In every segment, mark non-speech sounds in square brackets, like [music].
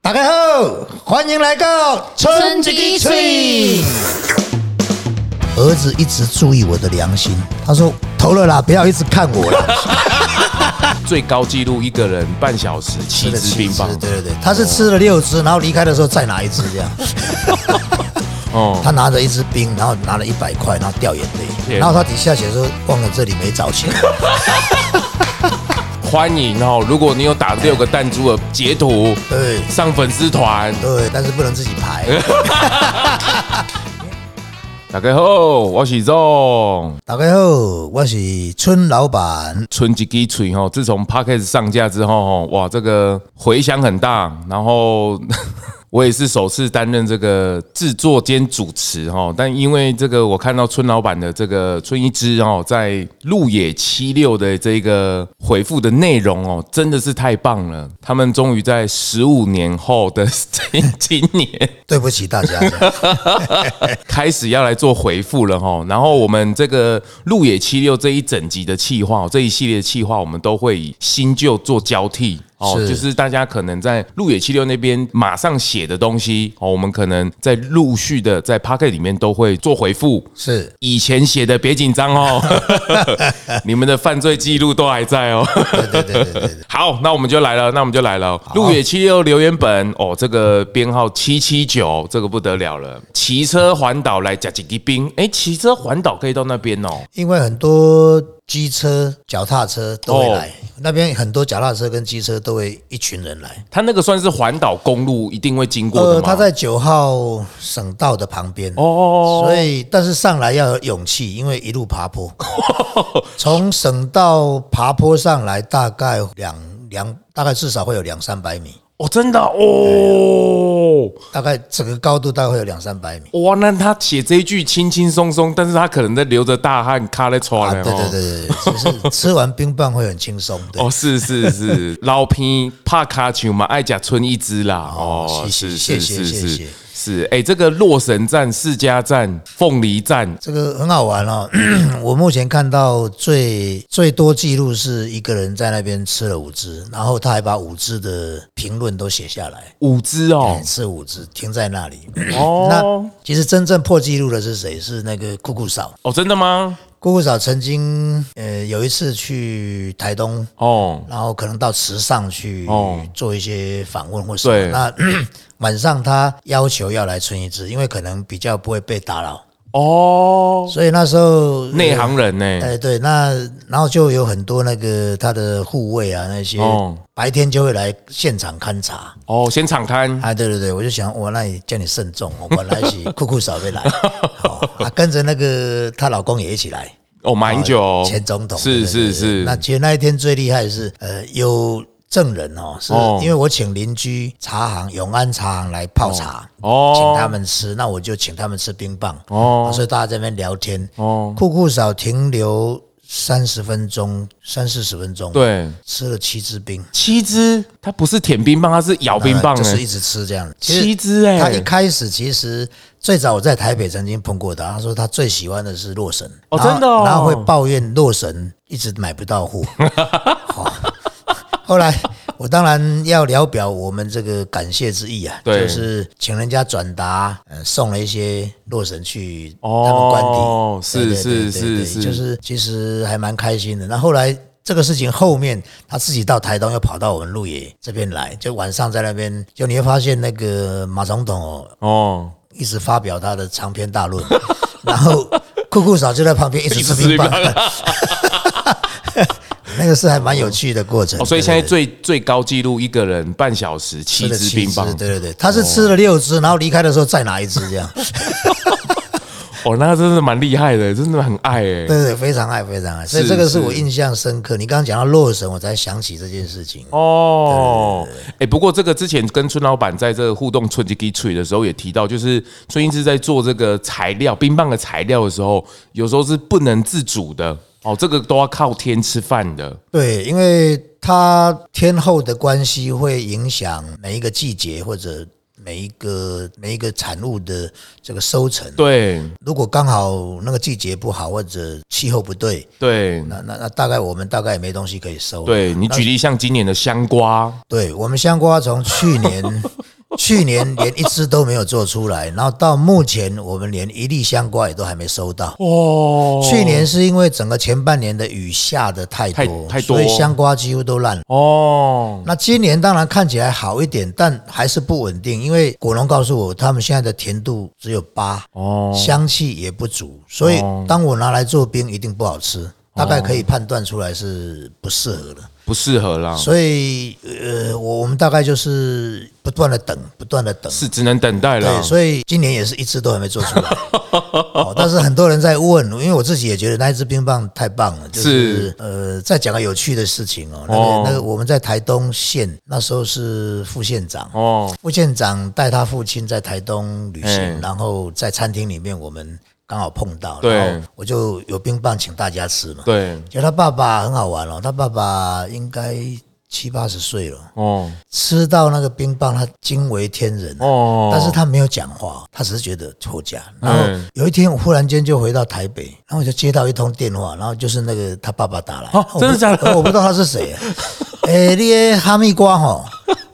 大家好，欢迎来到春之翠。儿子一直注意我的良心，他说投了啦，不要一直看我了。最高纪录一个人半小时七支冰 [laughs] 棒吃了，七对对对，他是吃了六只，然后离开的时候再拿一只这样。哦，他拿着一支冰，然后拿了一百块，然后掉眼泪，天然后他底下写说忘了这里没找钱。欢迎哦！如果你有打六个弹珠的截图，对上粉丝团。 [laughs] 对，但是不能自己 [laughs] 排。大家好，我是钟大家好，我是村老板。春吉基锤哦。自从 Podcast 上架之后哦，哇，这个回响很大。然后 [laughs] 我也是首次担任这个制作兼主持哦，但因为这个我看到村老板的这个村一枝哦，在路野七六的这个回复的内容哦，真的是太棒了。他们终于在十五年后的 [laughs] 今年。对不起大家，开始要来做回复了哈。然后我们这个路野七六这一整集的企划，这一系列的企划，我们都会以新旧做交替。哦，是就是大家可能在路野七六那边马上写的东西，哦，我们可能在陆续的在 p o c k e t 里面都会做回复。是以前写的别紧张哦， [laughs] 你们的犯罪记录都还在哦。对对对对对对，好，那我们就来了，那我们就来了。路野七六留言本哦，这个编号七七九，这个不得了了。骑车环岛来加几滴冰，哎，骑车环岛可以到那边哦。因为很多机车、脚踏车都会哦来，那边很多脚踏车跟机车都会一群人来。他那个算是环岛公路一定会经过的呃，吗？他在九号省道的旁边哦所以但是上来要有勇气，因为一路爬坡，从省道爬坡上来大概两两，大概至少会有两三百米，哦，真的哦。大概整个高度大概会有两三百米。哇，那他写这一句轻轻松松，但是他可能在流着大汗，卡在啊，床对对了。对对对，只是吃完冰棒会很轻松，对哦，，是是是， [laughs] 老皮帕卡丘嘛，爱甲村一只啦。哦，谢是谢是谢是谢谢是谢是，哎，这个洛神站、世家站、凤梨站，这个很好玩哦。 [clears throat] 我目前看到最最多记录是一个人在那边吃了五只，然后他还把五只的评论都写下来。五只哦哎，吃五只停在那里。哦那其实真正破纪录的是谁？是那个姑姑嫂。哦，真的吗？姑姑嫂曾经呃有一次去台东，哦，然后可能到池上去哦做一些访问或什么。对那 [clears throat] 晚上她要求要来村一只，因为可能比较不会被打扰，哦，所以那时候呃内。行人呢？哎，对，那然后就有很多那个他的护卫啊，那些、哦白天就会来现场勘察，哦，先敞刊啊，对对对，我就想，我那你叫你慎 [laughs] 重，我本来是酷酷嫂会来，哦、啊，跟着那个她老公也一起来，哦，马英九前总统，对是对对是对那是，其实那一天最厉害的是，呃，有证人哦，是哦因为我请邻居茶行永安茶行来泡茶，哦请他们吃，那我就请他们吃冰棒，哦啊所以大家在那边聊天，哦，酷酷嫂停留三十分钟，三四十分钟，，对，吃了七支冰。啊七只，它不是舔冰棒，它是咬冰棒就是一哎，直吃这样。其实七只他一哎，开始其实最早我在台北曾经碰过他，他说他最喜欢的是洛神，哦然后真的哦然后会抱怨洛神一直买不到 [laughs] 货。好后来我当然要聊表我们这个感谢之意啊，对就是请人家转达，呃，送了一些洛神去他哦们官邸，是对对对是对对是是就是其实还蛮开心的。那后来。这个事情后面他自己到台东，又跑到我们鹿野这边来，就晚上在那边，就你会发现那个马总统哦，哦，一直发表他的长篇大 [laughs] 论，然后酷酷嫂就在旁边一直吃冰棒，那个是还蛮有趣的过程。哦，所以对现在对最最高纪录一个人半小时七对吃了只冰棒，对对对，他是吃了六只，然后离开的时候再拿一只这样，哦，那真的蛮厉害的，真的很爱哎。对对，非常爱非常爱，所以是这个是是我印象深刻。你刚刚讲到洛神，我才想起这件事情。哦，哎，不过这个之前跟村老板在这个互动春吉吉吹的时候也提到，就是孙英志在做这个材料冰棒的材料的时候，有时候是不能自主的哦，这个都要靠天吃饭的对，因为它天后的关系会影响每一个季节或者每一个每一个产物的这个收成。对。如果刚好那个季节不好或者气候不对，对那那那大概我们大概也没东西可以收。对，你举例像今年的香瓜， [laughs] 对，我们香瓜从去年去年连一只都没有做出来，然后到目前我们连一粒香瓜也都还没收到。哦，去年是因为整个前半年的雨下的太多，太太多所以香瓜几乎都烂了。哦，嗯那今年当然看起来好一点，但还是不稳定，因为果农告诉我，他们现在的甜度只有八，哦，香气也不足，所以当我拿来做冰，一定不好吃。大概可以判断出来是不适合的，不适合啦，所以呃，我我们大概就是不断的等，不断的等，是只能等待对，了。所以今年也是一只都还没做出 [laughs] 来。哦，但是很多人在问，因为我自己也觉得那一只冰棒太棒了，就是是呃，再讲个有趣的事情哦，那个、哦那个我们在台东县那时候是副县长。哦，副县长带他父亲在台东旅哎行，然后在餐厅里面我们刚好碰到，对然后我就有冰棒请大家吃嘛。对，就他爸爸很好玩哦，他爸爸应该七八十岁了，哦吃到那个冰棒，他惊为天人啊哦，但是他没有讲话，他只是觉得错价。然后嗯有一天，我忽然间就回到台北，然后我就接到一通电话，然后就是那个他爸爸打来，哦我不真的假的我不知道他是谁、 [laughs] 啊。诶、你的哈密瓜吼，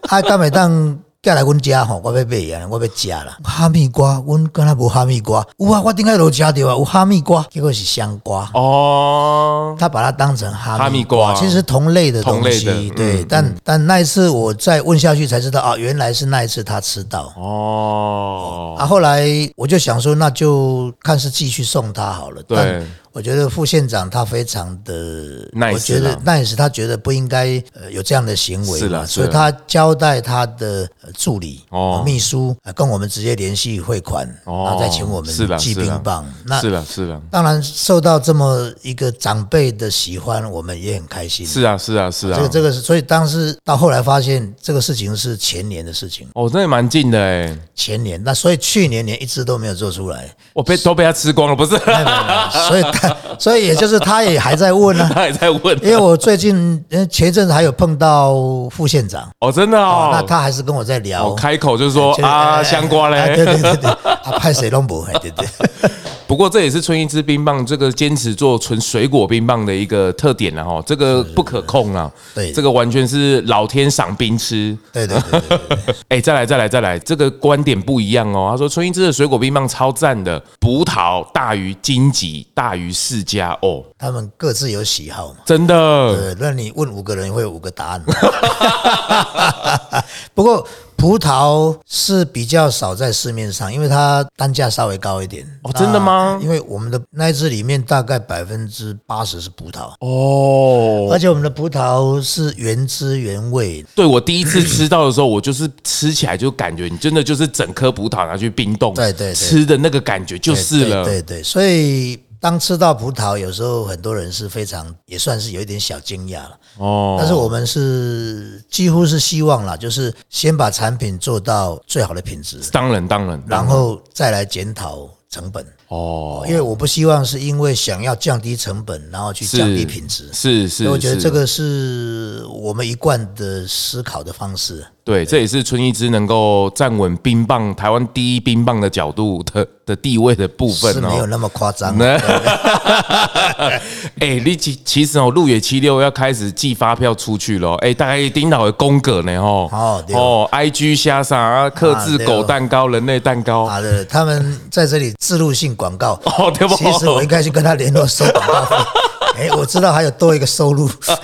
啊，敢袂当寄来阮家吼，我要买啊，我要食啦。哈密瓜，阮敢若无哈密瓜，有啊，我顶下都食着啊，有哈密瓜，结果是香瓜。哦，他把它当成哈哈密密瓜其实同类的同东类西，的对。嗯但但那一次我再问下去才知道啊，原来是那一次他吃到，哦，啊，后来我就想说，那就看是继续送他好了。对但我觉得副县长他非常的 Nice 我觉啦得 nice，他觉得不应该呃有这样的行为是啦嘛，是所以啦他交代他的呃助理、哦秘书、呃跟我们直接联系汇款，哦然后再请我是啦们寄是啦冰棒。那是了是了，当然受到这么一个长辈的喜欢，我们也很开心。是啊是啊是啊这个，这个是，所以当时到后来发现这个事情是前年的事情，哦，那也蛮近的哎，前年那所以去年连一只都没有做出来。我被都被他吃光了，不是？哎所以他， [laughs] 所以也就是他也还在问呢、啊。 [laughs] 他也在问，因为我最近，呃，前一阵子还有碰到副县长，哦，真的哦哦，那他还是跟我在聊。哦开口就说就是啊，哎香瓜哎对。嘞对对对，啊，派谁都不会，对对。 [laughs] 不过这也是春一枝冰棒这个坚持做纯水果冰棒的一个特点了哈，这个不可控啊，对这个完全是老天赏冰吃。对对对对对，哎，再来再来再来，这个观点不一样哦。他说春一枝的水果冰棒超赞的，葡萄大于荆棘大于释迦哦，他们各自有喜好嘛。真的呃，那你问五个人会有五个答案嘛。 [laughs] 不过葡萄是比较少在市面上，因为它单价稍微高一点。哦真的那吗哎因为我们的那一支里面大概百分之八十是葡萄。哦。而且我们的葡萄是原汁原味，对我第一次吃到的时候，我就是吃起来就感觉你真的就是整颗葡萄拿去冰冻，对对对吃的那个感觉就是了。对对对，所以当吃到葡萄，有时候很多人是非常也算是有一点小惊讶了。哦，但是我们是几乎是希望啦，就是先把产品做到最好的品质，当然当然，然后再来检讨成本。哦，因为我不希望是因为想要降低成本，然后去是降低品质。是是，所以我觉得是这个是我们一贯的思考的方式。对，这也是春一枝能够站稳冰棒台湾第一冰棒的角度的的地位的部分是没有哦。那么夸张那的，对 [laughs] 哎，你其其实哦，路野七六要开始寄发票出去了哦，哎，大概丁老的宫格呢哦，哦对哦，IG 虾啥啊，克制啊对哦狗蛋糕、人类蛋糕，啊对，他们在这里植入性广告。 [laughs] 哦对不其实我应该去跟他联络收广告费。哎，我知道还有多一个收入， [laughs] 哦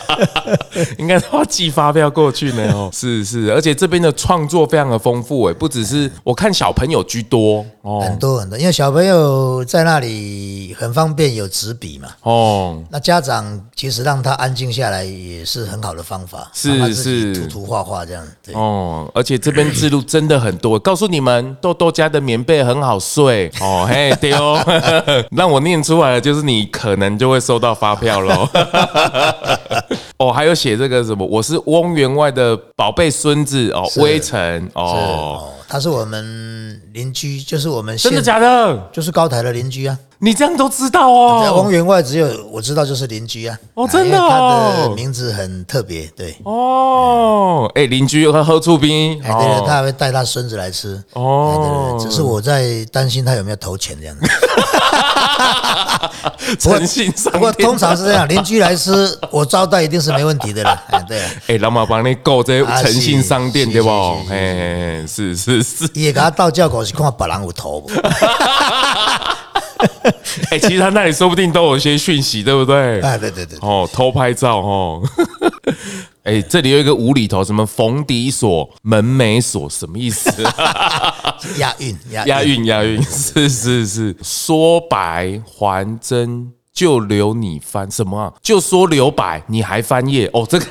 应该都要寄发票过去呢 [laughs] 哦。是是，而且这边的创作非常的丰富哎，不只是我看小朋友居多哦很多很多，因为小朋友在那里很方便，有纸笔嘛。哦，那家长其实让他安静下来也是很好的方法，是让他自己是涂涂画画这样。对，哦，而且这边制度真的很多，告诉你们，豆豆家的棉被很好睡哦，嘿，对哦， [laughs] 让我念出来了，就是你可能就会收到发票喽。 [laughs] 哦，还有写这个什么，我是翁员外的宝贝孙子哦，是微尘哦，哦，他是我们邻居，就是我们真的县假的？就是高台的邻居啊。你这样都知道对啊王哦。员外只有我知道就是邻居啊。哦啊真的因为他哦的名字很特别，对。哦，哎，邻居喝喝醋冰哎，对了，他哦还会带他孙子来吃。哎对对哦对，，只是我在担心他有没有投钱这 [laughs] 样子。不过诚信上不过天通常是这样，邻居来吃，我招待一定是没问题的 [laughs] 啦。哎，对啊，哎，老马帮你购这啊诚信商店是对不？是是是哎，是是是。伊会甲我道教狗是看别人有头 [laughs] 无，哎，其实他那里说不定都有一些讯息，对不对？哎，对对对，哦，偷拍照哦。 [laughs] 哎、这里有一个无厘头，什么逢底锁、门楣锁，什么意思、押韵押押韵，押韵， [laughs] 是是是，说白还真。就留你翻什么啊、就说留白，你还翻页哦？这个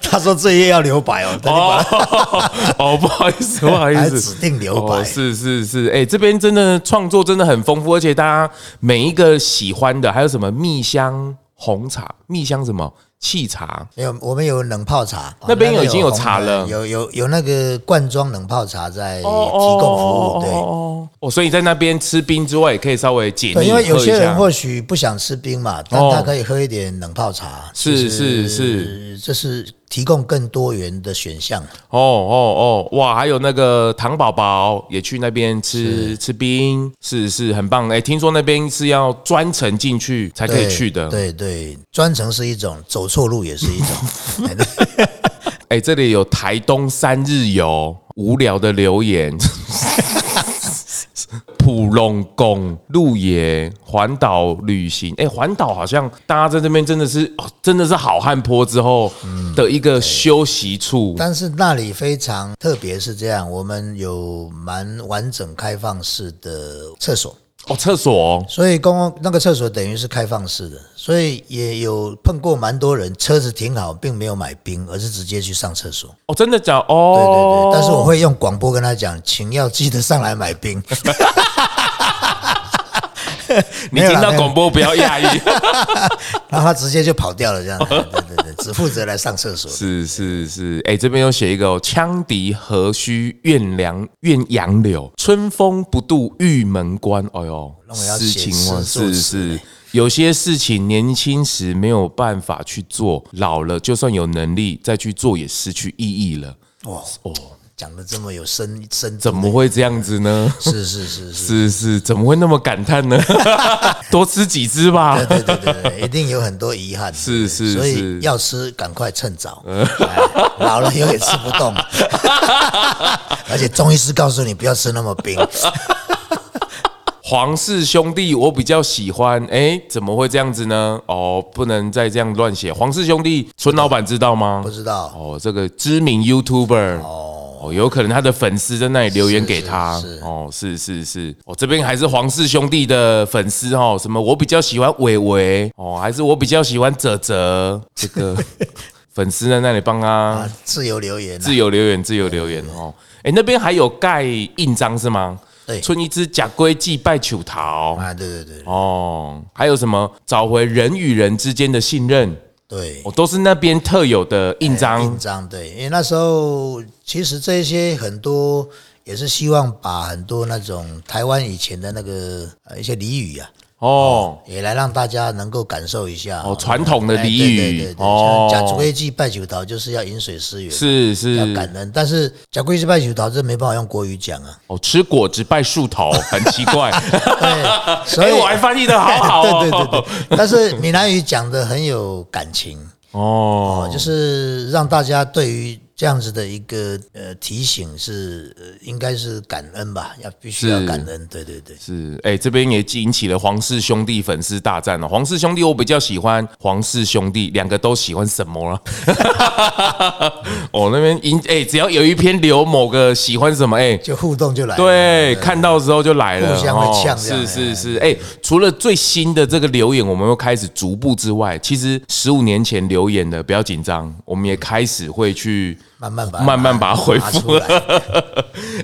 他说这页要留白哦，等你把哦 [laughs] 哦，不好意思，不好意还思，指定留白哦是是是，哎、这边真的创作真的很丰富，而且大家每一个喜欢的，还有什么蜜香红茶、蜜香什么汽茶，没有，我们有冷泡茶，那边有已经有红茶的了有有有那个罐装冷泡茶在哎提哦，供服务，对。哦，哦所以在那边吃冰之外，也可以稍微解腻，对，因为有些喝一人下或许不想吃冰嘛，但哦他可以喝一点冷泡茶。是是是，呃这是提供更多元的选项。啊哦哦哦，哇，还有那个糖宝宝也去那边吃吃冰，是是很棒。哎、听说那边是要专程进去才可以对去的。对对，专程是一种，走错路也是一 [laughs] 种。哎对哎、这里有台东三日游无聊的留言。 [laughs] 普龙宫、鹿野、环岛旅行，哎、环岛好像大家在这边真的是、哦真的是好汉坡之后的一个休息处。但是那里非常特别，是这样，我们有蛮完整开放式的厕所。哦，厕所哦所以公共那个厕所等于是开放式的，所以也有碰过蛮多人，车子停好，并没有买冰，而是直接去上厕所。哦，真的假的对对哦？对，但是我会用广播跟他讲，请要记得上来买冰。 [laughs] 你没有听啦到没有广播不要讶异，然后他直接就跑掉了，这样。对对对，只负责来上厕所。是是是，哎、这边有写一个、哦“羌笛何须怨凉怨杨柳，春风不度玉门关”。哎呦，那我要事写情诗哦，作词是是，有些事情年轻时没有办法去做，老了就算有能力再去做，也失去意义了。哇哦，讲的这么有深深，怎么？会这样子 [laughs] 呢？是是是 [laughs] 是，是是，怎么会那么感 [laughs] 叹呢？多吃几只吧。对对对对对，一定有很多遗憾。是是所以是要吃赶快趁 [laughs] 早，哎老了以后也吃不动。而且中医师告诉你不要吃那么 [laughs] 冰，皇室兄弟，我比较喜欢。哎，怎么会这样子呢？哦，不能再这样乱写。皇室兄弟，纯老板知道吗不？知道。哦，这个知名 YouTuber 哦，有可能他的粉丝在那里留言给是他。是是哦，是是是，哦，这边还是皇室兄弟的粉丝哦。什么？我比较喜欢伟伟哦，还是我比较喜欢泽泽？这 [laughs] 个粉丝在那里帮他啊，自由留言啊、自由留言，自由留言哦。哎，那边还有盖印章是吗？对春一枝假龟祭拜求桃。啊，对对对哦，还有什么找回人与人之间的信任，对，哦，都是那边特有的印章。哎印章对，因为那时候其实这些很多也是希望把很多那种台湾以前的那个呃一些俚语啊，哦也来让大家能够感受一下哦，传统的哎俚对对语对对，哦像，假竹龟记拜九桃就是要饮水思源，是要是感恩，但是假龟记拜九桃这没办法用国语讲啊，哦，吃果子拜树头，很奇 [laughs] 怪。对，所哎、以我还翻译的好好 [laughs] 哦。对对对对，但是闽南语讲的很有感情。哦，就是让大家对于这样子的一个呃提醒是，呃应该是感恩吧，要必须要是感恩，对对对，是，哎、这边也引起了皇室兄弟粉丝大战了、哦皇室兄弟，我比较喜欢皇室兄弟，两个都喜欢什么 [laughs] 了？我、那边引，哎、只要有一篇留某个喜欢什么，哎、就互动就来了，对，看到之后就来了，哎互相会哦呛这样是是是，哎，除了最新的这个留言，我们又开始逐步之外，其实十五年前留言的不要紧张，我们也开始会去慢慢把它慢慢把它回拿复出。来。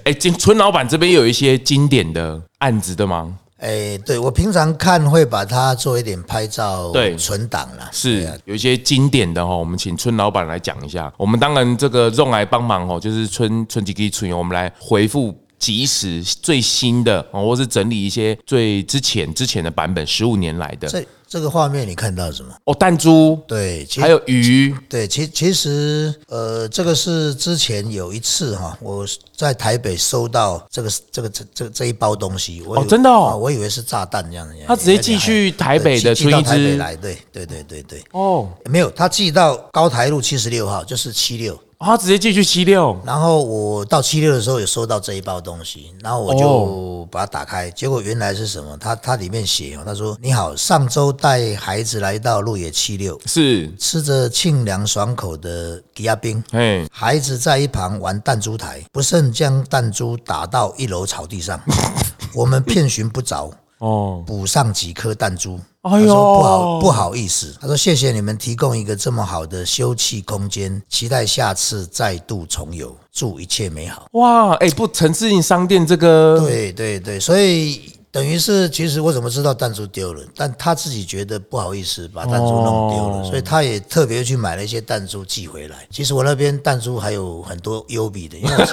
哎，金村老板这边有一些经典的案子的吗？哎，对我平常看会把它做一点拍照对存档啦，对是啊有一些经典的哈，我们请村老板来讲一下。我们当然这个用来帮忙哦，就是村村几给村友，我们来回复及时最新的哦，或是整理一些最之前之前的版本，十五年来的这这个画面你看到什么？哦，弹珠，对，其还有鱼，对，其其实呃，这个是之前有一次哈，我在台北收到这个这个这这这一包东西，我以为哦真的哦啊我以为是炸弹这样子。他直接寄去台北对的寄寄到村一台北支来，对对对对对，哦，没有，他寄到高台路七十六号，就是七六。哦他直接寄去七六，然后我到七六的时候有收到这一包东西，然后我就把它打开，结果原来是什么？它它里面写哦，他说：“你好，上周带孩子来到鹿野七六，是，吃着清凉爽口的吉亚冰，哎，孩子在一旁玩弹珠台，不慎将弹珠打到一楼草地上，我们遍寻不着，哦，补上几颗弹珠。哎呦他说不好不好意思，他说谢谢你们提供一个这么好的休憩空间，期待下次再度重游，祝一切美好。哇，哎，不，陈志颖商店这个，对对对，所以。等于是，其实我怎么知道弹珠丢了？但他自己觉得不好意思把弹珠弄丢了，哦所以他也特别去买了一些弹珠寄回来。其实我那边弹珠还有很多优比的，因为 [laughs] 我是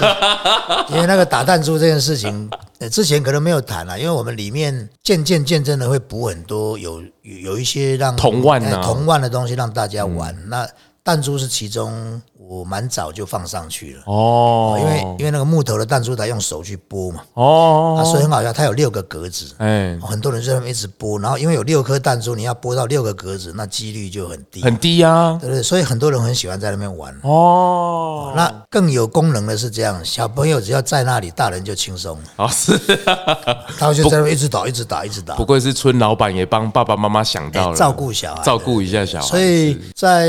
因为那个打弹珠这件事情，呃，之前可能没有谈啊，因为我们里面渐渐渐渐的会补很多有有有一些让同腕啊嗯哎同腕的东西让大家玩。那弹珠是其中我蛮早就放上去了，哦，因为因为那个木头的弹珠台用手去拨嘛，啊，哦，所以很好笑，它有六个格子。哎，很多人在那边一直拨，然后因为有六颗弹珠，你要拨到六个格子，那几率就很低，很低啊，对不对？所以很多人很喜欢在那边玩。哦，那更有功能的是这样，小朋友只要在那里，大人就轻松了。哦是，他就在那边一直打，一直打，一直打哎不，愧是村老板，也帮爸爸妈妈想到了照顾小孩，照顾一下小孩，对。所以在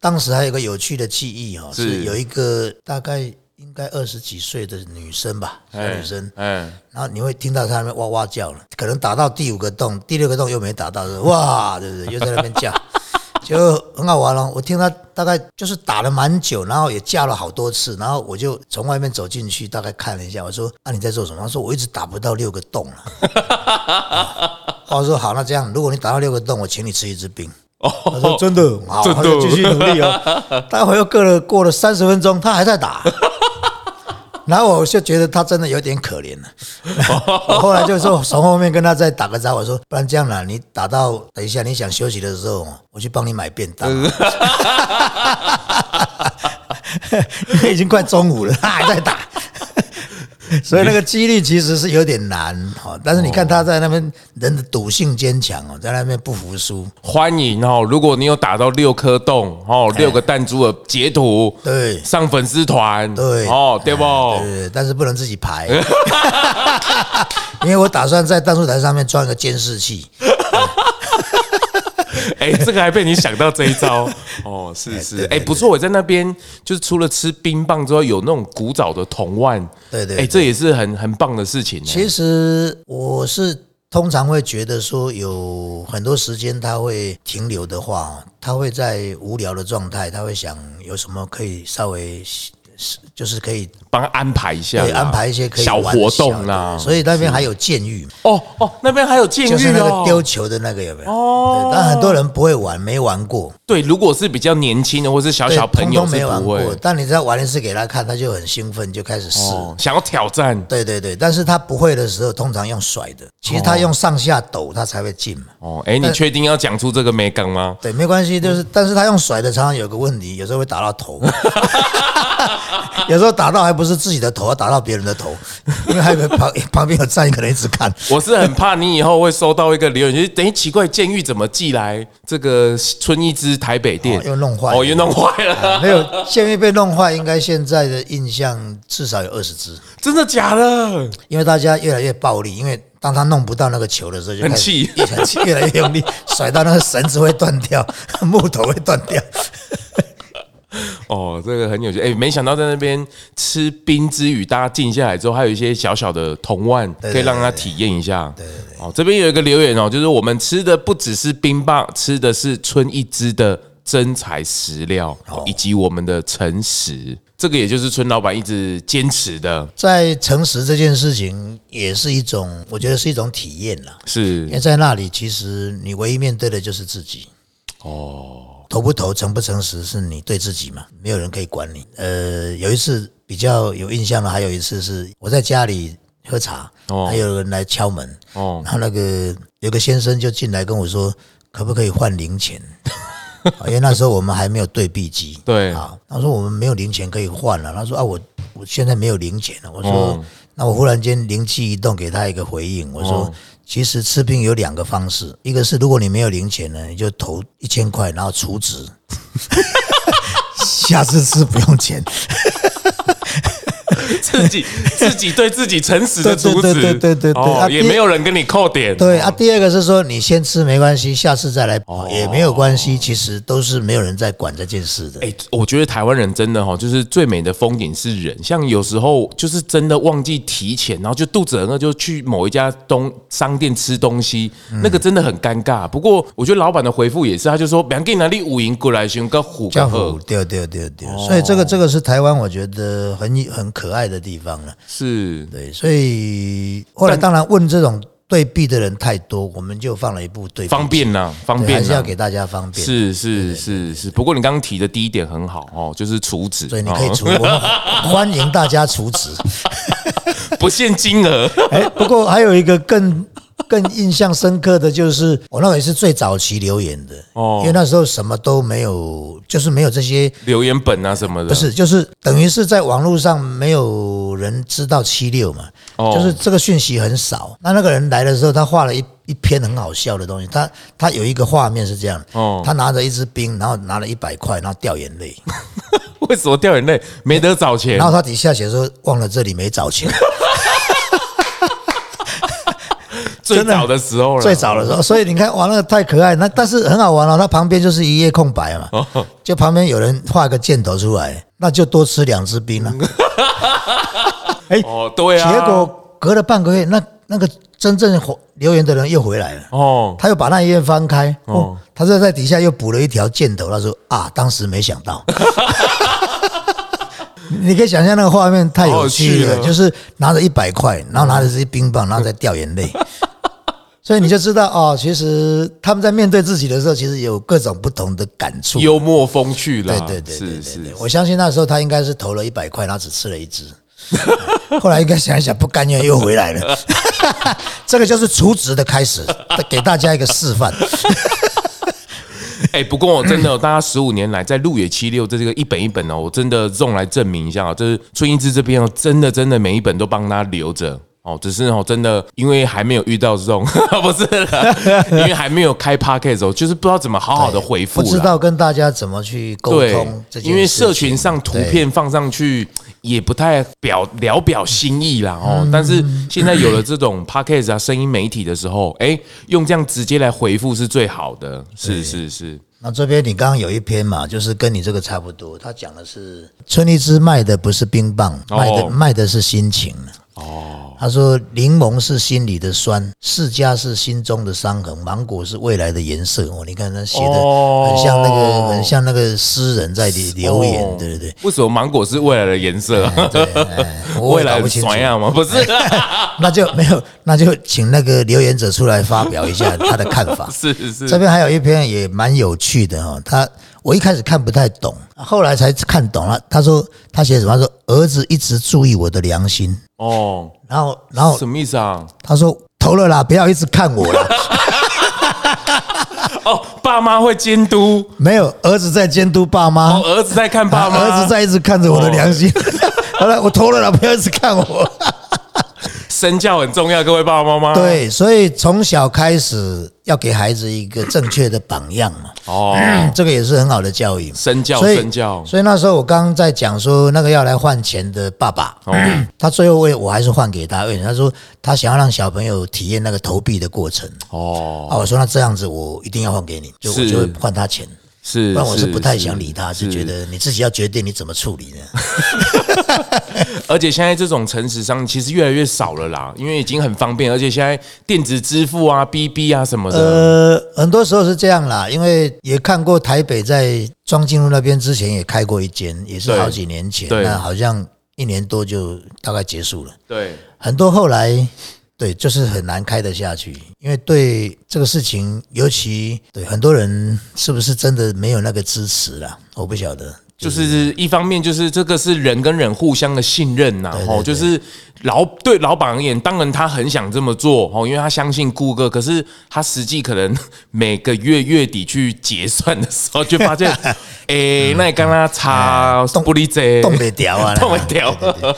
当时还有一个有趣的记忆哈、哦，是是有一个大概应该二十几岁的女生吧，小哎女生。哎，然后你会听到她那边哇哇叫了，可能打到第五个洞、第六个洞又没打到，就是哇，对不对？又在那边叫， [laughs] 就很好玩哦。我听她大概就是打了蛮久，然后也叫了好多次，然后我就从外面走进去，大概看了一下，我说：“啊，你在做什么？”她说：“我一直打不到六个洞了。啊”我说：“好，那这样，如果你打到六个洞，我请你吃一支冰。”他说：“真的，好，真他的就继续努力哦。”待会又过了过了三十分钟，他还在打。然后我就觉得他真的有点可怜啊了，我后来就说从后面跟他再打个招呼，我说不然这样啦，你打到等一下你想休息的时候，哦我去帮你买便当。 [laughs] 因为已经快中午了，他还在打，所以那个几率其实是有点难哦。但是你看他在那边人的赌性坚强哦，在那边不服输，欢迎哦！如果你有打到六颗洞哦，六个弹珠的截图，哎对上粉丝团，对哦，对不？呃，但是不能自己排， [laughs] 因为我打算在弹珠台上面装一个监视器。哎，这个还被你想到这 [laughs] 一招哦，是是，哎，不错，我在那边就是除了吃冰棒之后，有那种古早的铜腕，对对哎，这也是很很棒的事情欸呢。其实我是通常会觉得说，有很多时间他会停留的话哦，他会在无聊的状态，他会想有什么可以稍微就是可以帮他安排一下啦，对安排一些可以小玩的活动啊小啦的。所以那边还有监狱，哦哦，那边还有监就是狱那哦个，丢球的那个有没有？哦对但很多人不会玩，没玩过，对，如果是比较年轻的或是小对哦小朋友通通是没玩不会过。但你再玩一次给他看，他就很兴奋，就开始试。哦，想要挑战对对对，但是他不会的时候，通常用甩的。其实他用上下抖，他才会进嘛。哦。哎，你确定要讲出这个美感吗？对，没关系，嗯就是，但是他用甩的常常有个问题，有时候会打到头， [laughs] 有时候打到还不是自己的头，打到别人的头，因为还有个旁旁边有站一个人一直看，我是很怕你以后会收到一个留言， [laughs] 就是等于奇怪，监狱怎么寄来这个村一支台北店哦，又弄坏了嗯哦，又弄坏了，没有现在被弄坏，应该现在的印象至少有二十只，真的假的？因为大家越来越暴力，因为当他弄不到那个球的时候，就很开始气很气越来越用力，甩到那个绳子会断掉， [laughs] 木头会断掉。哦，这个很有趣。哎、没想到在那边吃冰之余，大家静下来之后，还有一些小小的铜腕可以让他体验一下。对对哦，这边有一个留言哦，就是我们吃的不只是冰棒，吃的是村一支的真材实料，哦以及我们的诚实。这个也就是村老板一直坚持的，在诚实这件事情，也是一种，我觉得是一种体验啦。是因为在那里，其实你唯一面对的就是自己。哦，投不投、诚不诚实，是你对自己嘛，没有人可以管你。呃，有一次。比较有印象的，还有一次是我在家里喝茶，哦还有人来敲门，哦，然后那个有个先生就进来跟我说，可不可以换零钱？啊因为那时候我们还没有对币机， [laughs] 对啊，他说我们没有零钱可以换了、他说啊，我我现在没有零钱了。我说，哦那我忽然间灵机一动，给他一个回应，我说，哦其实吃冰有两个方式，一个是如果你没有零钱呢，你就投一千块，然后储 [laughs] 值，下次吃不用钱。 [laughs] 哦自己自己对自己诚实的阻对止，对对对对对哦啊也第没有人跟你扣点，对啊，第二个是说你先吃没关系，下次再来、哦也没有关系，其实都是没有人在管这件事的。哎、我觉得台湾人真的哈，就是最美的风景是人。像有时候就是真的忘记提钱，然后就肚子很饿，就去某一家东商店吃东西，嗯那个真的很尴尬。不过我觉得老板的回复也是，他就说：“两给拿力五银过来熊跟虎叫跟虎鹤，对对对对，哦所以这个这个是台湾我觉得很很可爱的地方了。是对，所以后来当然问这种对币的人太多，我们就放了一部对币方便呐、方对便还是呐、要给大家方便。，是是是是。不过你刚刚提的第一点很好哦，就是储值，所以你可以哦除，我们 [laughs] 欢迎大家除值。不限金额， [laughs] [laughs] 哎，不过还有一个更更印象深刻的就是，我那个也是最早期留言的，哦因为那时候什么都没有，就是没有这些。留言本啊什么的，不是，就是等于是在网络上没有人知道七六嘛，哦就是这个讯息很少。那那个人来的时候，他画了一一篇很好笑的东西，他他有一个画面是这样，哦他拿着一支冰，然后拿了一百块，然后掉眼 [laughs] 泪， [laughs] 为什么掉眼泪？没得找钱然，后他底下写说忘了这里没找 [laughs] 钱，最真的早的时候了，最早的时候，所以你看哇，那个太可爱，那但是很好玩哦，他旁边就是一页空白嘛，哦。 [laughs] 就旁边有人画个箭头出来，那就多吃两支冰了、 [laughs] 哎、哦，对啊，结果隔了半个月，那那个真正火留言的人又回来了，哦，他又把那一页翻开，哦哦，他就在底下又补了一条箭头，他说啊，当时没想到。 [laughs] 你可以想象那个画面太有趣了，好有趣了嗯就是拿着一百块，然后拿着这些冰棒，然后再掉眼泪，所以你就知道哦，其实他们在面对自己的时候，其实有各种不同的感触。幽默风趣啦，对对对对对啊是对是，我相信那时候他应该是投了一百块，然后只吃了一只， [laughs] 后来应该想一想不甘愿又回来了， [laughs] 这个就是除职的开始， [laughs] 给大家一个示范。哎、不过我真的， [clears throat] 大家十五年来在路野七六这这个一本一本哦，我真的用来证明一下啊，就是春英之这边哦，真的真的每一本都帮他留着。哦，只是哦，真的，因为还没有遇到这种， [laughs] 不是啦，因为还没有开 podcast 哦，就是不知道怎么好好的回复不啦，知道跟大家怎么去沟对通这，件事情因为社群上图对片放上去也不太表聊表心意啦哦。嗯但是现在有了这种 podcast 啊声音媒体的时候，哎，用这样直接来回复是最好的。是是是，那这边你刚刚有一篇嘛，就是跟你这个差不多，他讲的是春丽芝卖的不是冰棒，哦卖的卖的是心情。哦，他说柠檬是心里的酸，释迦是心中的伤痕，芒果是未来的颜色。哦，你看他写的哦很像那个，很像那个诗人在里留言，哦对对对。为什么芒果是未来的 [laughs] 颜色？我未也搞来不的清楚酸，样吗？不是，那就没有，那就请那个留言者出来发表一下他的看法。是 [laughs] 是这是边还有一篇也蛮有趣的哦，他我一开始看不太懂，后来才看懂了。他说他写什么？他说儿子一直注意我的良心，哦，然后然后什么意思啊？他说投了啦，不要一直看我 [laughs] 啦。哦，爸妈会监督，没有儿子在监督爸妈，哦，儿子在看爸妈， [laughs] 哦儿子在一直看着我的良心。 [laughs] 好了，我投了啦，不要一直看我。 [laughs] 身教很重要，各位爸爸妈妈。，对，所以从小开始要给孩子一个正确的榜样嘛， [clears throat] 哦，这个也是很好的教育嘛。身教所以身教，所以那时候我刚刚在讲说那个要来换钱的爸爸，哦他最后为我还是换给他，为什么他说他想要让小朋友体验那个投币的过程。哦，啊，我说那这样子我一定要换给你，就我是就会换他钱，是，不然我是不太想理他，是啊就觉得你自己要决定你怎么处理呢？而且现在这种诚实商其实越来越少了啦，因为已经很方便，而且现在电子支付啊、BB 啊什么的，呃，很多时候是这样啦，因为也看过台北在庄敬路那边之前也开过一间，也是对好几年前，对那好像一年多就大概结束了。对，很多后来对，就是很难开得下去，因为对这个事情，尤其对很多人是不是真的没有那个支持啦，我不晓得。就是一方面就是这个是人跟人互相的信任呐、对吼，就是老对老板而言，当然他很想这么做哦，因为他相信顾客，可是他实际可能 [laughs] 每个月月底去结算的时候，就 [laughs] 发现，诶、那你跟他差嗯动不离这冻袂掉啊， [laughs] 动一条对对对。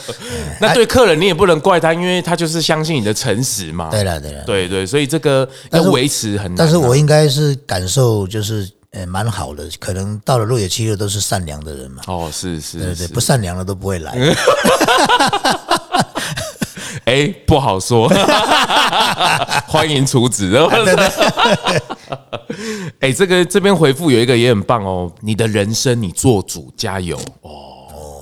[laughs] 那对客人你也不能怪他，因为他就是相信你的诚实嘛。 [laughs] 对了对了，对对，所以这个要但是维持很难啊。但是我应该是感受就是呃蛮好的，可能到了六野七六都是善良的人嘛，哦，是对是对，是，不善良的都不会来。 [laughs] 哎，不好说， [laughs] 欢迎厨 [laughs] 子。 [laughs] 哎，这个这边回复有一个也很棒哦，你的人生你做主，加油哦，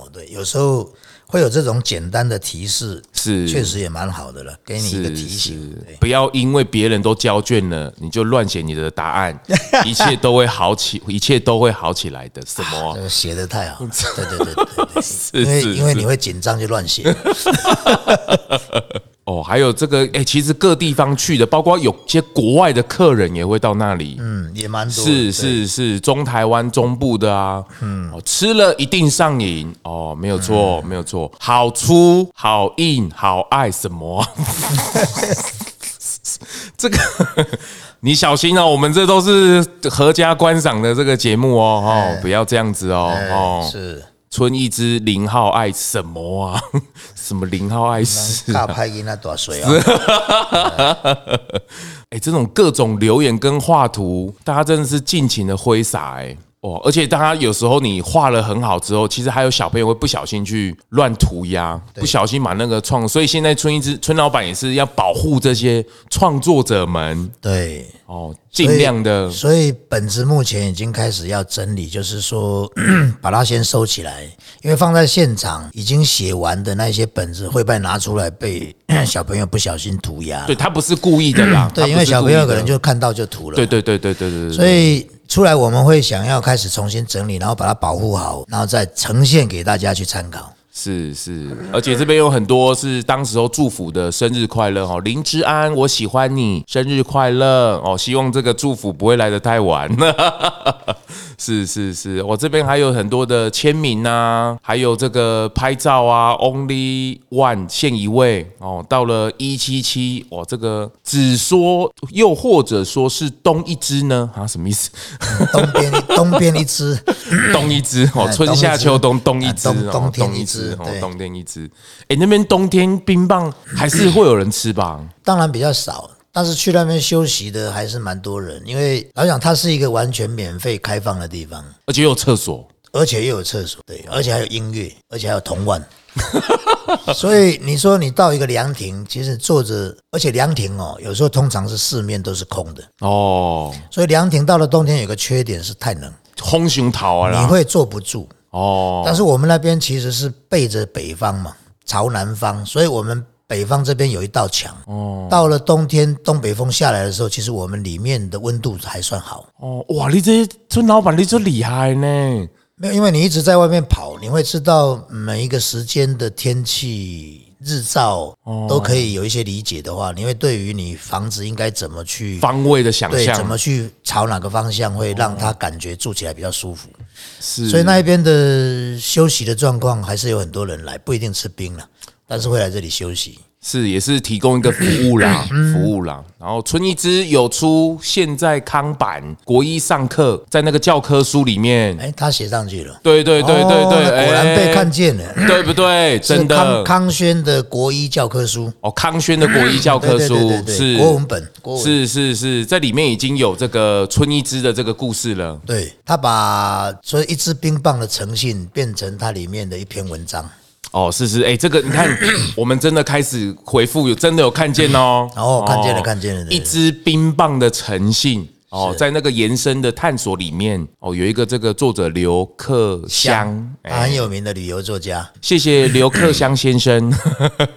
哦，对，有时候会有这种简单的提示，是确实也蛮好的了，给你一个是提醒。是，不要因为别人都交卷了，你就乱写你的答案， [laughs] 一切都会好起，一切都会好起来的。什么啊这？个写的太 [laughs] 好，对对对对对，是因为是因为你会紧张就乱写，哦，还有这个，哎、其实各地方去的，包括有些国外的客人也会到那里，嗯，也蛮多的。是对，是是，中台湾中部的啊，嗯、哦，吃了一定上瘾哦，没有错，嗯没有错，好粗、好硬、好爱什么 [laughs] 啊、这个 [laughs] 你小心哦，我们这都是合家观赏的这个节目哦，哦，不要这样子哦，哎哦，是，春一枝零号爱什么啊？ [laughs] 什么零号爱是大啊拍音那多水哦，哎、这种各种留言跟画图，大家真的是尽情的挥洒哎。哦，而且大家有时候你画了很好之后，其实还有小朋友会不小心去乱涂鸦，不小心把那个创，所以现在春一枝春老板也是要保护这些创作者们对。哦，尽量的所以本子目前已经开始要整理，就是说把它先收起来，因为放在现场已经写完的那些本子会被拿出来被小朋友不小心涂鸦。对他不是故意的啦，对，他不是因为小朋故友意的可能就看到就涂了。对对对对对对对，所以出来我们会想要开始重新整理，然后把它保护好，然后再呈现给大家去参考。是是，而且这边有很多是当时候祝福的生日快乐哦，林之安，我喜欢你，生日快乐哦！希望这个祝福不会来得太晚。 [laughs] 是是是，我这边还有很多的签名啊，还有这个拍照啊，Only One 限一位哦。到了一七七，哦，这个只说又或者说是东一只呢啊，什么意思？东边一东边一只，冬一只哦，哎春夏秋冬冬一只冬哦，冬天冬一只只哦，对冬天一只。哎，那边冬天冰棒还是会有人吃吧？当然比较少。但是去那边休息的还是蛮多人，因为老实讲它是一个完全免费开放的地方，而且有厕所，而且又有厕所，对，而且还有音乐，而且还有铜腕。所以你说你到一个凉亭，其实坐着，而且凉亭哦，有时候通常是四面都是空的，哦，所以凉亭到了冬天有个缺点是太冷，烘熊桃啊你啦，会坐不住。哦，但是我们那边其实是背着北方嘛，朝南方，所以我们北方这边有一道墙。哦，到了冬天东北风下来的时候，其实我们里面的温度还算好。哦，哇，你这村老板你这厉害呢，没有，因为你一直在外面跑，你会知道每一个时间的天气、日照哦都可以有一些理解的话，你会对于你房子应该怎么去方哦位的想对怎象么去朝哪个方向，会让他感觉住起来比较舒服。是，所以那一边的休息的状况还是有很多人来，不一定吃冰了，但是会来这里休息。是也是提供一个服务 [coughs] 啦，服务啦。然后春一枝有出现在康版国一上课，在那个教科书里面，哎，他写上去了，对对对对哦对，那果然被哎看见了，对不对？ [coughs] 真 [coughs] 是的康，康轩的国医教科书，哦，康轩的国医教科对对书对对对是国文本，国文。是是是，在里面已经有这个春一枝的这个故事了。对他把所以一支冰棒的诚信变成它里面的一篇文章，哦，是是，哎、这个 [coughs] 你看，我们真的开始回复，有真的有看见哦，哦看见了看见了对一支冰棒的诚信。哦，在那个延伸的探索里面，哦，有一个这个作者刘克湘，他啊很有名的旅游作家。 [laughs] 谢谢刘克湘先生。 [laughs]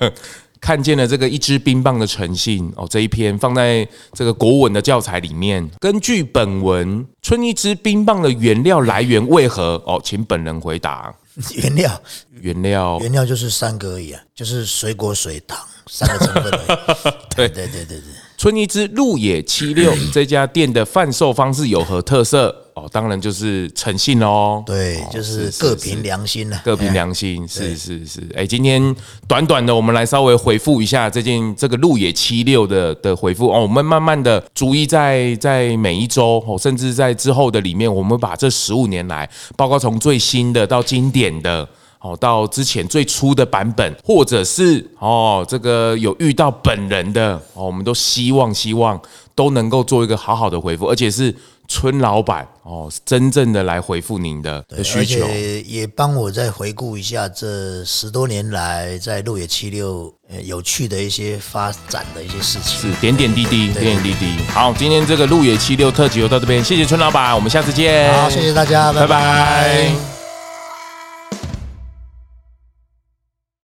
看见了这个一支冰棒的诚信哦，这一篇放在这个国文的教材里面。根据本文，春一支冰棒的原料来源为何？哦，请本人回答。原料原料原料就是三个而已啊，就是水果、水糖三个成分而 [laughs] 已。对对对对对， [clears throat] 春一枝鹿野七六这家店的贩售方式有何特色？哦，好，当然就是诚信哦。对哦，就是各凭是良心了、啊，各凭良心，是是是。哎、今天短短的，我们来稍微回复一下这件这个路野七六的的回复哦。我们慢慢的逐一在在每一周，哦，甚至在之后的里面，我们把这十五年来，包括从最新的到经典的。哦，到之前最初的版本，或者是哦，这个有遇到本人的哦，我们都希望希望都能够做一个好好的回复，而且是村老板哦，真正的来回复您的的需求。哎而且也帮我再回顾一下这十多年来在路野七六呃有趣的一些发展的一些事情。是点点滴滴，点点滴滴。好，今天这个路野七六特辑就到这边，谢谢村老板，我们下次见。好，谢谢大家，拜拜